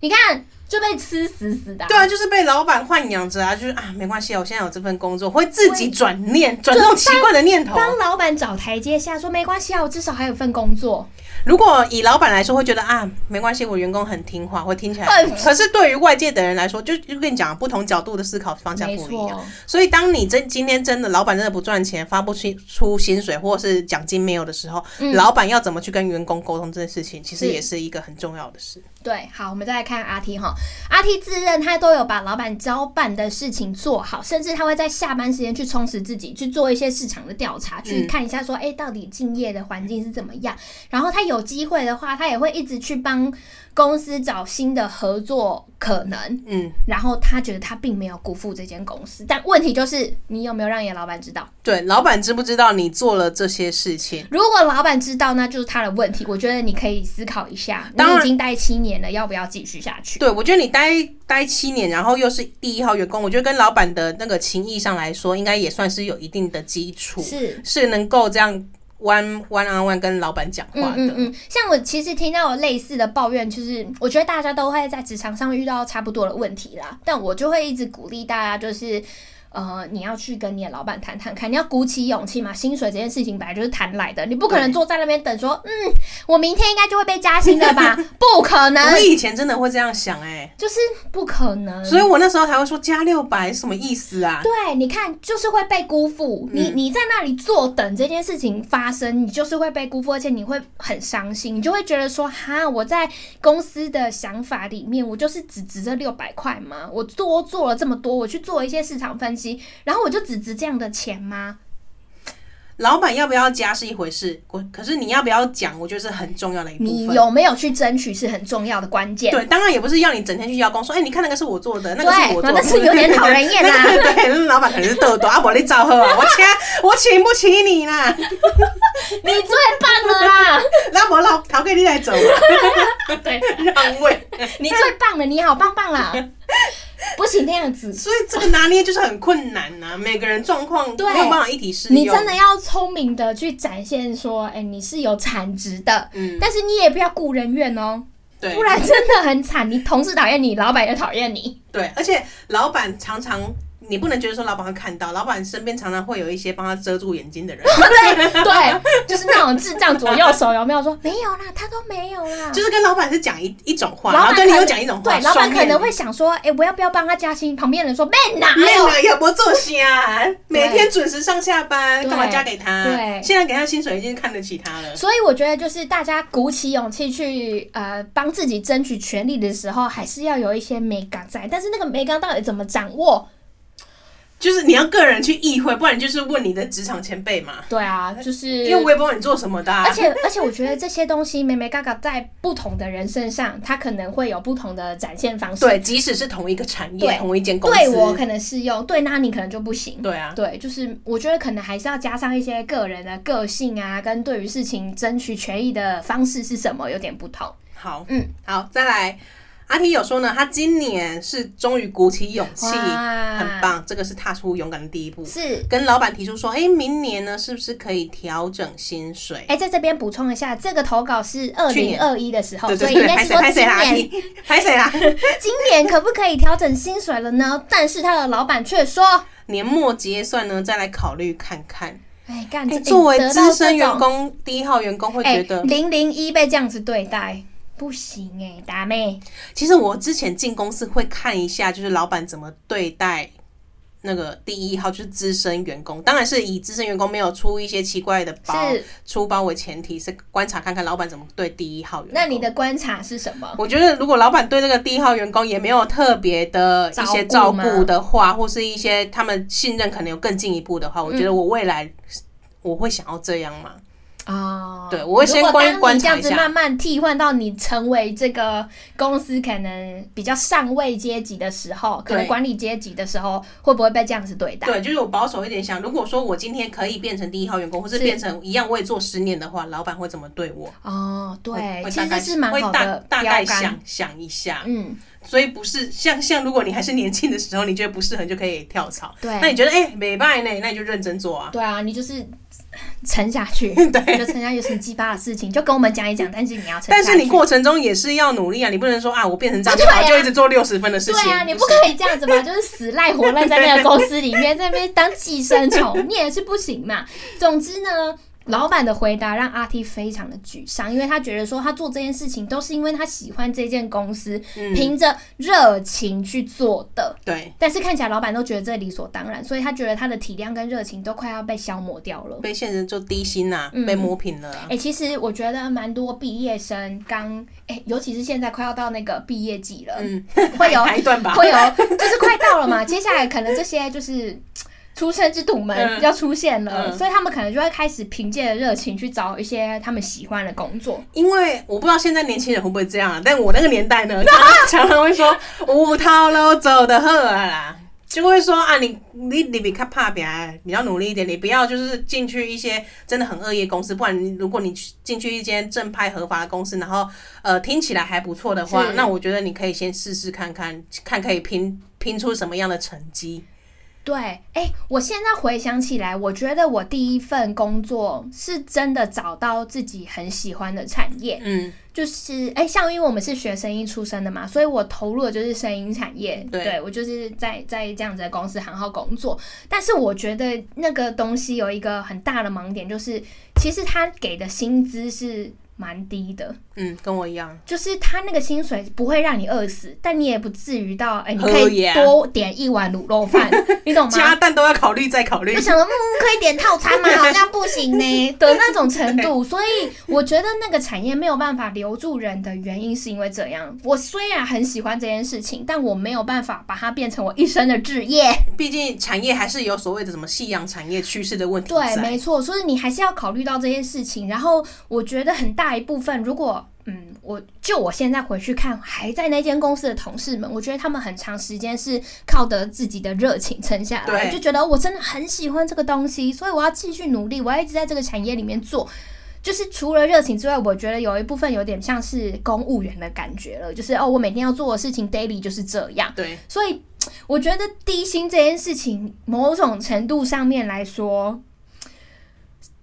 你看就被吃死死的啊、
对啊，就是被老板豢养着啊，就是啊，没关系啊，我现在有这份工作，会自己转念，转这种奇怪的念头。
帮老板找台阶下，说没关系啊，我至少还有份工作。
如果以老板来说，会觉得啊，没关系，我员工很听话，会听起来。
嗯
可是对于外界的人来说，就就跟你讲，不同角度的思考方向
没
不一样。
错，
所以，当你真今天真的老板真的不赚钱，发不出出薪水或是奖金没有的时候，老板要怎么去跟员工沟通这件事情，其
嗯
实
是
也是一个很重要的事。
对，好，我们再来看阿 T 哈，阿 T 自认他都有把老板交办的事情做好，甚至他会在下班时间去充实自己，去做一些市场的调
嗯
查，去看一下说，哎、到底敬业的环境是怎么样。然后他有机会的话，他也会一直去帮公司找新的合作可能。
嗯，
然后他觉得他并没有辜负这间公司，但问题就是你有没有让你的老板知道？
对，老板知不知道你做了这些事情？
如果老板知道，那就是他的问题。我觉得你可以思考一下，你
当然
已经待七年了，要不要继续下去？
对，我觉得你待待七年，然后又是第一号员工，我觉得跟老板的那个情谊上来说，应该也算是有一定的基础。
是，
是能够这样 one one on one 跟老板讲话的。
嗯嗯嗯，像我其实听到有类似的抱怨，就是我觉得大家都会在职场上遇到差不多的问题啦，但我就会一直鼓励大家，就是。呃，你要去跟你的老板谈谈看，你要鼓起勇气嘛。薪水这件事情本来就是谈来的，你不可能
对
坐在那边等说，嗯，我明天应该就会被加薪的
(laughs)
吧？不可能
我，以前真的会这样想哎、
就是不可能。
所以我那时候才会说加六百什么意思啊？
对，你看，就是会被辜
嗯
负。你你在那里坐等这件事情发生，你就是会被辜负，而且你会很伤心，你就会觉得说，哈，我在公司的想法里面，我就是只值这六百块吗？我多做了这么多，我去做一些市场分析，然后我就只值这样的钱吗？
老板要不要加是一回事，可可是你要不要讲，我觉得是很重要的一
你
哎部分。
有没有去争取是很重要的关键。
对，当然也不是要你整天去邀功，说，哎、你看那个是我做的，那
对，
个是我做的，
那是有点讨人厌啊
(laughs)
啦、
对，那老板可能是豆豆啊，我你照喝啊，我请我请不起你啦，
你最棒了啦！
那我老逃给你来走啊，
对，
让位。
你最棒了，你好棒棒
(laughs)
啦！不行那样子，
所以这个拿捏就是很困难呐、每个人状况没
对
有办法一体适用。
你真的要聪明的去展现说，哎、你是有产值的，
嗯，
但是你也不要顾人怨哦，
对，
不然真的很惨。你同事讨厌你，老板也讨厌
(laughs)
你。
对，而且老板常常。你不能觉得说老板会看到，老板身边常常会有一些帮他遮住眼睛的
(laughs)
人，
对，就是那种智障左右手有没有说没有啦，他都没有
(laughs)
啦。
就是跟老板是讲一一种话，
老
然
板
后跟你
可能
又讲一种话，
对，老板
双
可
面
能会哎想说，哎、我要不要帮他加薪？旁边人说，没哪
(laughs) 没有
有。
啊，也不做虾，每天准时上下班，
对
干嘛嫁给他？
对
现在给他薪水已经看得起他了。
所以我觉得，就是大家鼓起勇气去呃帮自己争取权利的时候，还是要有一些美感在。但是那个美感到底怎么掌握？
就是你要个人去意会，不然就是问你的职场前辈嘛，
对啊，就是
因为我也不知道你做什么的、啊
而。且而且，我觉得这些东西，美美嘎嘎在不同的人身上，它可能会有不同的展现方式。
对，即使是同一个产业、
对
同一间公司，
对我可能适用，对那你可能就不行。
对啊，
对，就是我觉得可能还是要加上一些个人的个性啊，跟对于事情争取权益的方式是什么有点不同。
好，
嗯，
好，再来。阿 T 有说呢，他今年是终于鼓起勇气，
哇
很棒，这个是踏出勇敢的第一步。
是。
跟老板提出说，哎、明年呢是不是可以调整薪水？
哎、在这边补充一下，这个投稿是二
去
零
年
二一的时候，
对
所
对
以应
对，
该
拍
是
谁
说
拍
今
谁啦，阿
年
T，拍谁啦？
今年可不可以调整薪水了呢？但是他的老板却说
年末结算呢，再来考虑看看。：“
哎，干
哎、
这
作为
得到
资深
这种
员工，第一号员工会觉得，
哎零零一被这样子对待，不行哎、达妹。
其实我之前进公司会看一下，就是老板怎么对待那个第一号，就是资深员工。当然是以资深员工没有出一些奇怪的包
是，
出包为前提，是观察看看老板怎么对第一号员工。
那你的观察是什么？
我觉得，如果老板对这个第一号员工也没有特别的一些
照
照
顾吗
顾的话，或是一些他们信任可能有更进一步的
嗯
话，我觉得我未来我会想要这样嘛？
哦，
对我会先
如果当
观观
你这
察
样
一
子
下
慢慢替换到你成为这个公司可能比较上位阶级的时候，可能
对
管理阶级的时候，会不会被这样子对待？
对，就是我保守一点想，如果说我今天可以变成第一号员工，或是
是
变成一样我也做十年的话，老板会怎么对我？
哦，
会
对，
会
其实
大
这
概
是蛮
会
好
大
的
大概
标杆
想想一下，
嗯，
所以不是像像如果你还是年轻的时候，你觉得不适合你就可以跳槽，
对
那你觉得哎没办呢，那你就认真做啊。
对啊，你就是沉下去，
(laughs) 对
就沉下去，有什么鸡巴的事情就跟我们讲一讲，但是你要沉下
但
去。
是你过程中也是要努力啊，你不能说啊，我变成这样
对
就
啊
好，就一直做六十分的事情。
对啊，你不可以这样子吧？ (laughs) 就是死赖活赖在那个公司里面，在那边当寄生虫，你也是不行嘛。总之呢。老板的回答让阿 T 非常的沮丧，因为他觉得说他做这件事情都是因为他喜欢这间公司，凭着热情去做的。
嗯对，
但是看起来老板都觉得这理所当然，所以他觉得他的体谅跟热情都快要被消磨掉了。
被现实做低薪呐、
嗯
被磨平了啊、 (laughs)
哎、其实我觉得蛮多毕业生刚哎、尤其是现在快要到那个毕业季了，
嗯，
会有
还一段吧。
会有，就是快到了嘛，接下来可能这些就是嘖出生之犊们
嗯
要出现了，
嗯
所以他们可能就会开始凭借着热情去找一些他们喜欢的工作。
因为我不知道现在年轻人会不会这样啊，但我那个年
(laughs)
代呢，常常常会说“五套路走的好啊啦”，就会说啊，你你你比较怕别人，你要努力一点，你不要就是进去一些真的很恶业公司，不然你如果你去进去一间正派合法的公司，然后呃听起来还不错的话
是，
那我觉得你可以先试试看看，看可以拼拼出什么样的成绩。
对，哎、我现在回想起来，我觉得我第一份工作是真的找到自己很喜欢的产业，
嗯，
就是哎、像因为我们是学声音出身的嘛，所以我投入的就是声音产业。
对
我就是在在这样子的公司行号工作，但是我觉得那个东西有一个很大的盲点，就是其实他给的薪资是蛮低的，
嗯，跟我一样。
就是他那个薪水不会让你饿死，但你也不至于到哎、你
喝
可以
呀
多点一碗卤肉
(laughs)
饭，你懂吗
加？蛋都要考虑再考虑
就，想说，嗯，可以点套
(laughs)
餐吗？好像不行呢。
的那种程度，所以我觉得那个产业没有办法留住人的原因是因为这样。我虽然很喜欢这件事情，但我没有办法把它变成我一生的志业。
毕竟产业还是有所谓的什么夕阳产业趋势的问题
对，
在
没错，所以你还是要考虑到这些事情。然后我觉得很大一部分，如果嗯，我就我现在回去看还在那间公司的同事们，我觉得他们很长时间是靠得自己的热情撑下来，
对
就觉得我真的很喜欢这个东西，所以我要继续努力，我要一直在这个产业里面做。就是除了热情之外，我觉得有一部分有点像是公务员的感觉了，就是哦，我每天要做的事情 daily 就是这样。
对。
所以我觉得低薪这件事情，某种程度上面来说，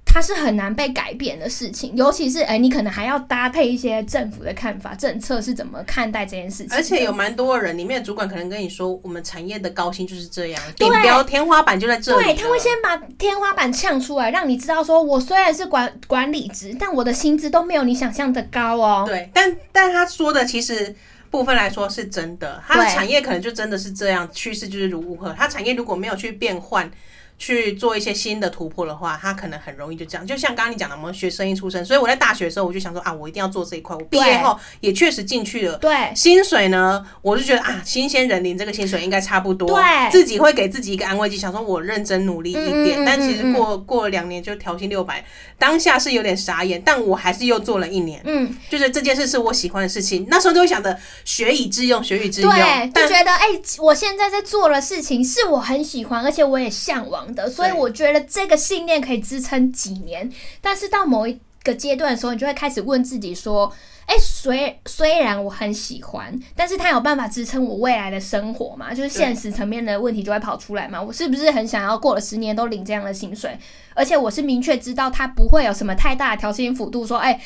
它是很难被改变的事情。尤其是哎、你可能还要搭配一些政府的看法、政策是怎么看待这件事情的。
而且有蛮多人，里面的主管可能跟你说，我们产业的高薪就是这样，
对
顶标天花板就在这里了。啊
对，他会先把天花板呛出来，让你知道说，我虽然是管管理职，但我的薪资都没有你想象的高哦。
对，但但他说的其实部分来说是真的，他的
对
产业可能就真的是这样，趋势就是如何。他产业如果没有去变换，去做一些新的突破的话，他可能很容易就这样。就像刚刚你讲的，我们学生一出身，所以我在大学的时候我就想说啊，我一定要做这一块。我毕业
对
后也确实进去了，
对，
薪水呢，我就觉得啊，新鲜人领这个薪水应该差不多，
对
自己会给自己一个安慰剂，想说我认真努力一点。
嗯嗯嗯
但
嗯
其实
嗯
过过了两年就调薪六百，当下是有点傻眼，但我还是又做了一年，
嗯，
就是这件事是我喜欢的事情。那时候就会想着学以致用，学以致用，
对，就
但
觉得哎、我现在在做的事情是我很喜欢，而且我也向往的，所以
对
我觉得这个信念可以支撑几年。但是到某一个阶段的时候，你就会开始问自己说。哎、虽虽然我很喜欢，但是它有办法支撑我未来的生活嘛？就是现实层面的问题就会跑出来嘛。我是不是很想要过了十年都领这样的薪水？而且我是明确知道它不会有什么太大的调薪幅度，说哎、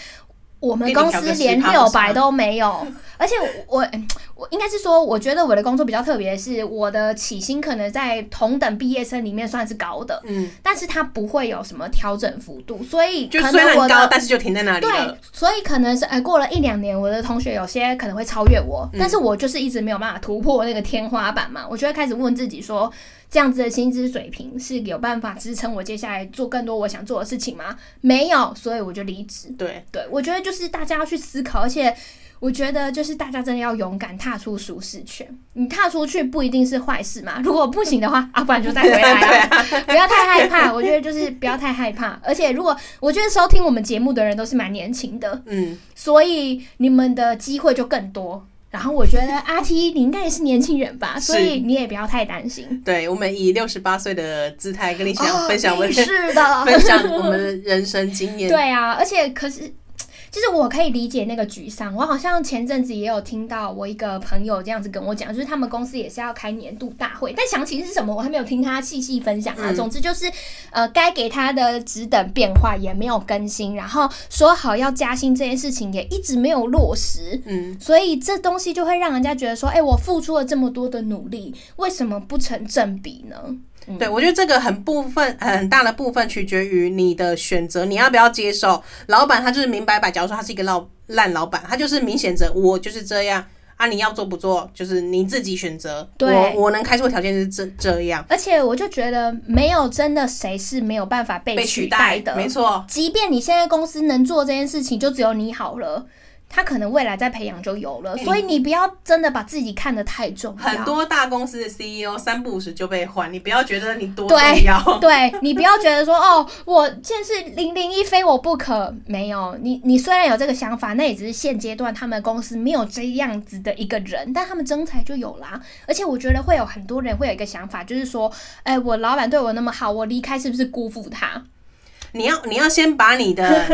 我们
给你
公
调
司
个
连
10%
六百都没有。而且我我应该是说，我觉得我的工作比较特别的是，我的起薪可能在同等毕业生里面算是高的，
嗯，
但是它不会有什么调整幅度，所以
就
可
虽
能
然
我
高，
的。
但是就停在那里
对
了。，
所以可能是呃，过了一两年，我的同学有些可能会超越我，
嗯
但是我就是一直没有办法突破那个天花板嘛，我就会开始问自己说，这样子的薪资水平是有办法支撑我接下来做更多我想做的事情吗？没有，所以我就离职。
对，
对，我觉得就是大家要去思考，而且我觉得就是大家真的要勇敢踏出舒适圈。你踏出去不一定是坏事嘛，如果不行的话，啊，不然就再回来啊。 (laughs) 不要太害怕，我觉得就是不要太害怕。而且如果我觉得收听我们节目的人都是蛮年轻的，
嗯，
所以你们的机会就更多。然后我觉得阿 T 你应该也是年轻人吧，所以你也不要太担心。
对，我们以六十八岁的姿态跟你
哦
想分享我们、
是的，
分享我们的人生经验。
对啊，而且可是。就是我可以理解那个沮丧，我好像前阵子也有听到我一个朋友这样子跟我讲，就是他们公司也是要开年度大会，但详情是什么我还没有听他细细分享啊。
嗯
总之就是，呃，该给他的职等变化也没有更新，然后说好要加薪这件事情也一直没有落实，
嗯，
所以这东西就会让人家觉得说，哎、我付出了这么多的努力，为什么不成正比呢？
对，我觉得这个很部分很大的部分取决于你的选择，你要不要接受。老板他就是明白摆，假如说他是一个老烂老板，他就是明显着我就是这样啊，你要做不做就是你自己选择。
对
我我能开出的条件是这这样
而且我就觉得没有真的谁是没有办法被
被
取
取
代
代
的，
没错，
即便你现在公司能做这件事情，就只有你好了，他可能未来再培养就有了，
嗯
所以你不要真的把自己看得太重要。
很多大公司的 CEO 三不五时就被换，你不要觉得你多重
对
要。
对你不要觉得说哦，我现是零零一非我不可，没有你，你虽然有这个想法，那也只是现阶段他们公司没有这样子的一个人，但他们征才就有啦。而且我觉得会有很多人会有一个想法，就是说，哎、我老板对我那么好，我离开是不是辜负他？
(laughs) 你要你要先把你的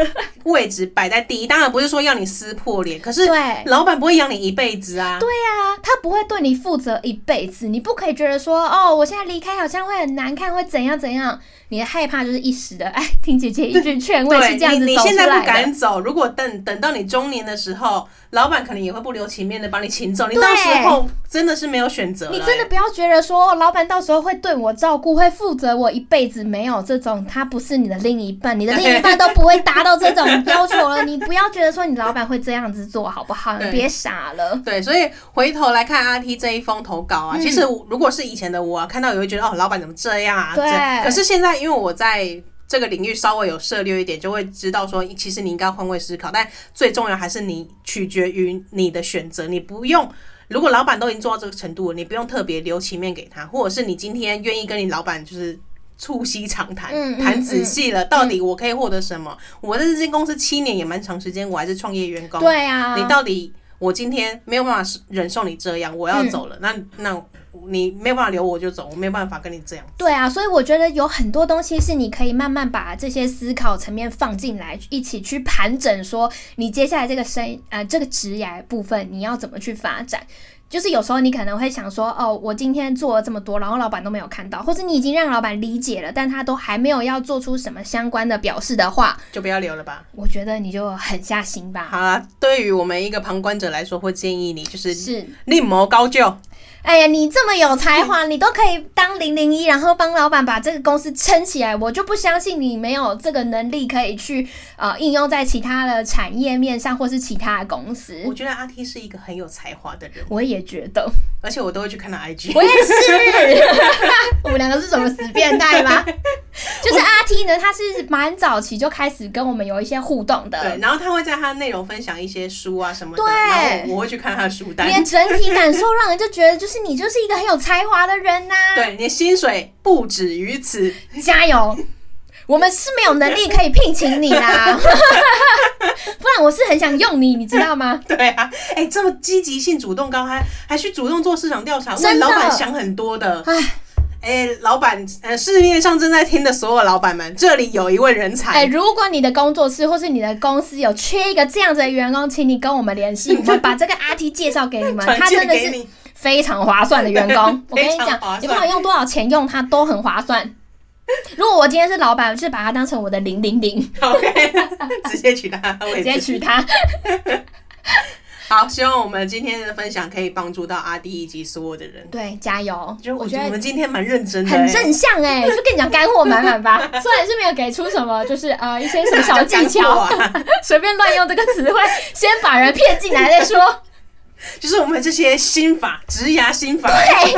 位置摆在第一，当然不是说要你撕破脸，可是
对，
老板不会养你一辈子啊。对，
啊，他不会对你负责一辈子，你不可以觉得说，哦，我现在离开好像会很难看，会怎样怎样。你的害怕就是一时的，哎，听姐姐一句劝
(laughs)
慰是这样子
你你
走出
现在不
来的。
敢走，如果等等到你中年的时候，老板可能也会不留情面的把你请走，你
对
到时候真的是没有选择了、
你真的不要觉得说，哦老板到时候会对我照顾，会负责我一辈子，没有这种，他不是你的另一半，你的另一半都不会达到这种要求了。你不要觉得说你老板会这样子做好不好？你
对
别傻了。
对，所以回头来看阿 T 这一封投稿啊，
嗯
其实如果是以前的我、啊，看到也会觉得哦，老板怎么这样啊？
对
这样可是现在因为我在。这个领域稍微有涉猎一点，就会知道说，其实你应该换位思考，但最重要还是你取决于你的选择，你不用。如果老板都已经做到这个程度了，你不用特别留情面给他，或者是你今天愿意跟你老板就是促膝长谈
嗯嗯，
谈、仔细了，到底我可以获得什么？我在这间公司七年也蛮长时间，我还是创业员工，
对啊，
你到底我今天没有办法忍受你这样，我要走
嗯
了，那那你没有办法留我就走，我没有办法跟你这样。
对啊，所以我觉得有很多东西是你可以慢慢把这些思考层面放进来，一起去盘整，说你接下来这个生呃这个职涯部分你要怎么去发展。就是有时候你可能会想说，哦，我今天做了这么多，然后老板都没有看到，或是你已经让老板理解了，但他都还没有要做出什么相关的表示的话，
就不要留了吧。
我觉得你就狠下心吧。
好啦，对于我们一个旁观者来说，会建议你就是
是，
另谋高就。
哎呀，你这么有才华，你都可以当零零一，然后帮老板把这个公司撑起来，我就不相信你没有这个能力可以去呃应用在其他的产业面上，或是其他的公司。
我觉得阿 T 是一个很有才华的人，
(laughs) 我也觉得，
而且我都会去看他 IG。
我也 (laughs) 是。我们两个是什么死变态 (laughs) 吗？就是阿 T 呢，他是蛮早期就开始跟我们有一些互动的
对，，然后他会在他内容分享一些书啊什么的，
对
然后我会去看他的书单
你。的整体感受让人就觉得，就是你就是一个很有才华的人呐、
对，你的薪水不止于此，
加油！我们是没有能力可以聘请你
(laughs)
啦，不然我是很想用你，你知道吗？
(laughs) 对啊，哎、这么积极性、主动高，还还去主动做市场调查，
真
为
的
老板想很多的。
唉
哎、老板，呃，市面上正在听的所有老板们，这里有一位人才，
哎、如果你的工作室或是你的公司有缺一个这样子的员工，请你跟我们联系，我们把这个 RT 介绍给你们，
传
他真
荐
的
给
是
你。
非常划算的员工。
(laughs)
我跟你
非
讲
常划，算
你不管用多少钱用他都很划算。如果我今天是老板，我是把他当成我的零零零，
OK，直 (laughs) 接取他的位
直接
置。
娶她。
(laughs) 好，希望我们今天的分享可以帮助到阿弟以及所有的人。
对，加油！
就我
我觉
觉得我
得
们今天蛮认真的、欸，
很正 (laughs) 向
(laughs)
哎、就跟你讲干货满满吧。虽然是没有给出什么，就是呃一些什么小技
哪 (laughs)
巧，
有干货啊，
随便乱用这个词汇，先把人骗进来再说。
就是我们这些心法、职涯心法。
哎、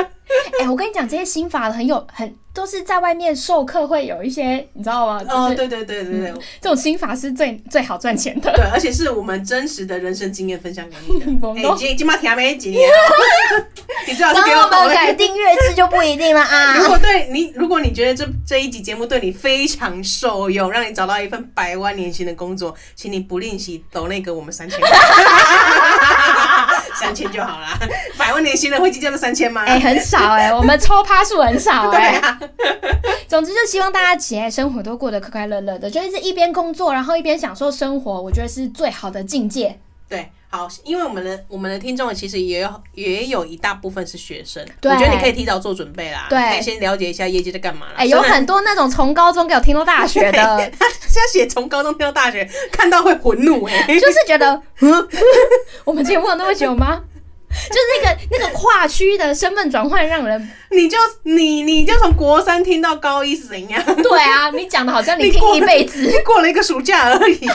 我跟你讲，这些心法很有很都是在外面授课会有一些，你知道吗？就
哦，
是嗯
对对对对对、
这种心法是最最好赚钱的。
对，而且是我们真实的人生经验分享给你的。
我们
哎、
都
今今妈听没几
(laughs)
年哦， (laughs) 你最好是给我
帮
抖
我们改
内。
订阅制就不一定了
(laughs) 如
啊。
果对你，如果你觉得这这一集节目对你非常受用，让你找到一份百万年薪的工作，请你不吝惜抖那个我们三千块， (laughs) 三千就好啦。百万年薪的会计叫做三千吗？
哎、很少哎、我们抽趴数很少
对
哎、
啊，
总之，就希望大家起来生活都过得快快乐乐的，就是一边工作，然后一边享受生活，我觉得是最好的境界。
(laughs) 对，好，因为我们的我们的听众其实也有也有一大部分是学生，
对
我觉得你可以提早做准备啦，
对
可以先了解一下业界在干嘛啦。
哎、有
虽然
很多那种从高中给我听到大学
(laughs)
的，
他现在写从高中听到大学，看到会混怒哎、
就是觉得， (laughs) 嗯，我们节目有那么久吗？ (laughs) 就是那个那个跨区的身份转换，让人
(laughs) 你就你你就从国三听到高一是怎样？
对啊，你讲的好 (laughs) 像你
你
听
过
一辈子，
过了一个暑假
(laughs)
而已，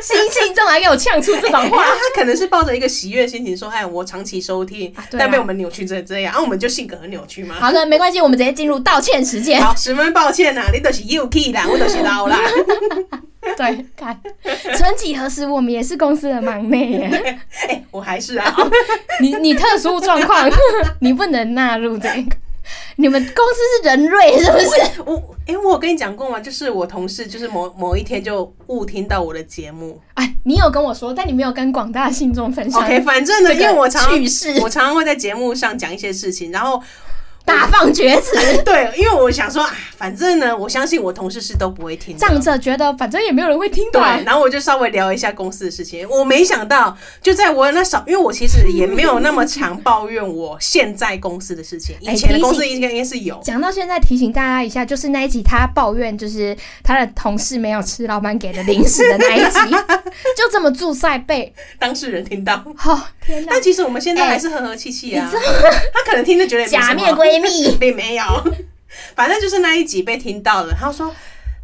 心性中还给我呛出这种话
哇，，他可能是抱着一个喜悦心情说：“哎，我长期收听，
啊对啊
但被我们扭曲成这样，啊然、后我们就性格很扭曲嘛。
好的，没关系，我们直接进入道歉时间。
好，十分抱歉呐、啊你都是 UK 啦，我都是
(laughs)
老啦。
对，看，曾几何时，我们也是公司的忙内耶。
哎、 (laughs) 我还是啊，
你你特殊状况，你不能纳入这个。你们公司是人瑞是不是？
(laughs) 我哎、我有跟你讲过吗？就是我同事，就是某某一天就误听到我的节目。
哎，你有跟我说，但你没有跟广大信众分享。
OK，反正呢，
这
因
个
为我常
趣 (laughs) 事
我常常会在节目上讲一些事情，然
(laughs)
后
大放厥 (laughs) 词，
对，因为我想说啊，反正呢，我相信我同事是都不会听的。
仗着觉得反正也没有人会听到。，
对然后我就稍微聊一下公司的事情。我没想到，就在我那少，因为我其实也没有那么常抱怨我现在公司的事情，
哎
以前的公司
提
应该应该是有。
讲到现在，提醒大家一下，就是那一集他抱怨，就是他的同事没有吃老板给的零食的那一 (laughs) 集，就这么注塞背。
当事人听到，
(laughs) 哦，天哪！
但其实我们现在
哎
还是和和气气啊。 (laughs) 他可能听着觉得也没什
假
么
面闺蜜，
并没有， (laughs) 反正就是那一集被听到了。他说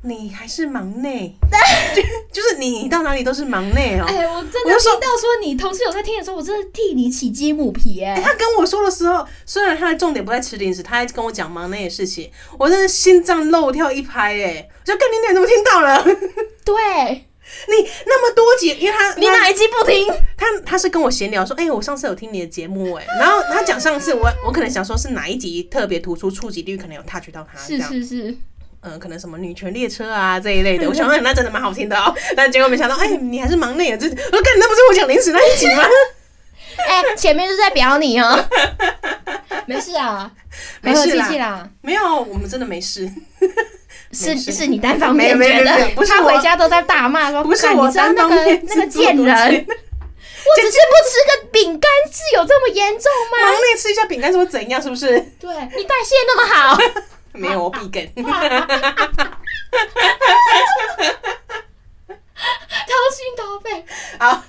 你还是忙内， (laughs) 就就是你到哪里都是忙内哦。
(laughs) 哎，我真的
我就说
听到说你同事有在听的时候，我真的替你起鸡母皮哎、
欸他跟我说的时候，虽然他的重点不在吃零食，他还跟我讲忙那些事情，我真的心脏漏跳一拍哎、我就跟你脸怎么听到了？ (laughs)
对
你那么多节，因为他
你
他
哪一集不听？
他他是跟我闲聊说，哎、我上次有听你的节目哎、然后他讲上次我我可能想说是哪一集特别突出触及率，可能有 touch 到他这
是
样，
是是，
嗯、可能什么女权列车啊这一类的，我 (laughs) 想说那真的蛮好听的哦，但结果没想到，哎、你还是忙内啊，这我说干，那不是我讲零食那一集
(laughs)
吗？
哎、前面就在表你哦、没事啊，
(laughs) 没事
和
啦
气气啦，
没有，我们真的没事。 (laughs)
是
没事
是你单方面
没没
觉
没
得
没不，是
他
我
回家都在大骂说，
不是
干
我
你知道
单
那
方
个
面
那个
自作
贱
多
人
情，
我只是不吃个饼干是有这么严重吗？
忙内吃一下饼干是会怎样？是不是？ (laughs)
对你代谢那么好，
没有，我闭梗。
(laughs) 掏心掏肺。
好，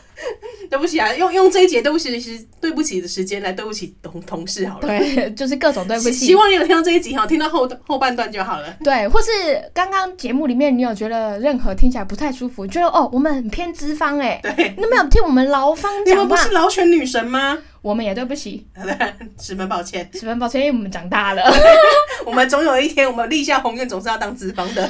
对不起啊，用用这一节对不起，其实对对不起的时间来对不起同同事好了。
对，就是各种对不
希
起
希。望你有听到这一集哈，听到后后半段就好了。
对，或是刚刚节目里面你有觉得任何听起来不太舒服，觉得哦我们很偏资方哎、
对，
你都没有听我们劳方
你
讲
们不
话，
是老犬女神吗？
我们也对不起，
十分抱歉，
十分抱歉，因为我们长大了。 (laughs)
我们总有一天，我们立下宏愿，总是要当资方的。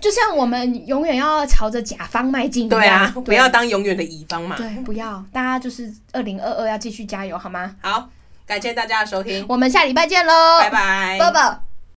就像我们永远要朝着甲方迈进一样。
对啊，
对
不要当永远的乙方嘛。
对，不要，大家就是二零二二要继续加油，好吗？
好，感谢大家的收听，
哦我们下礼拜见喽，
拜拜，
拜拜。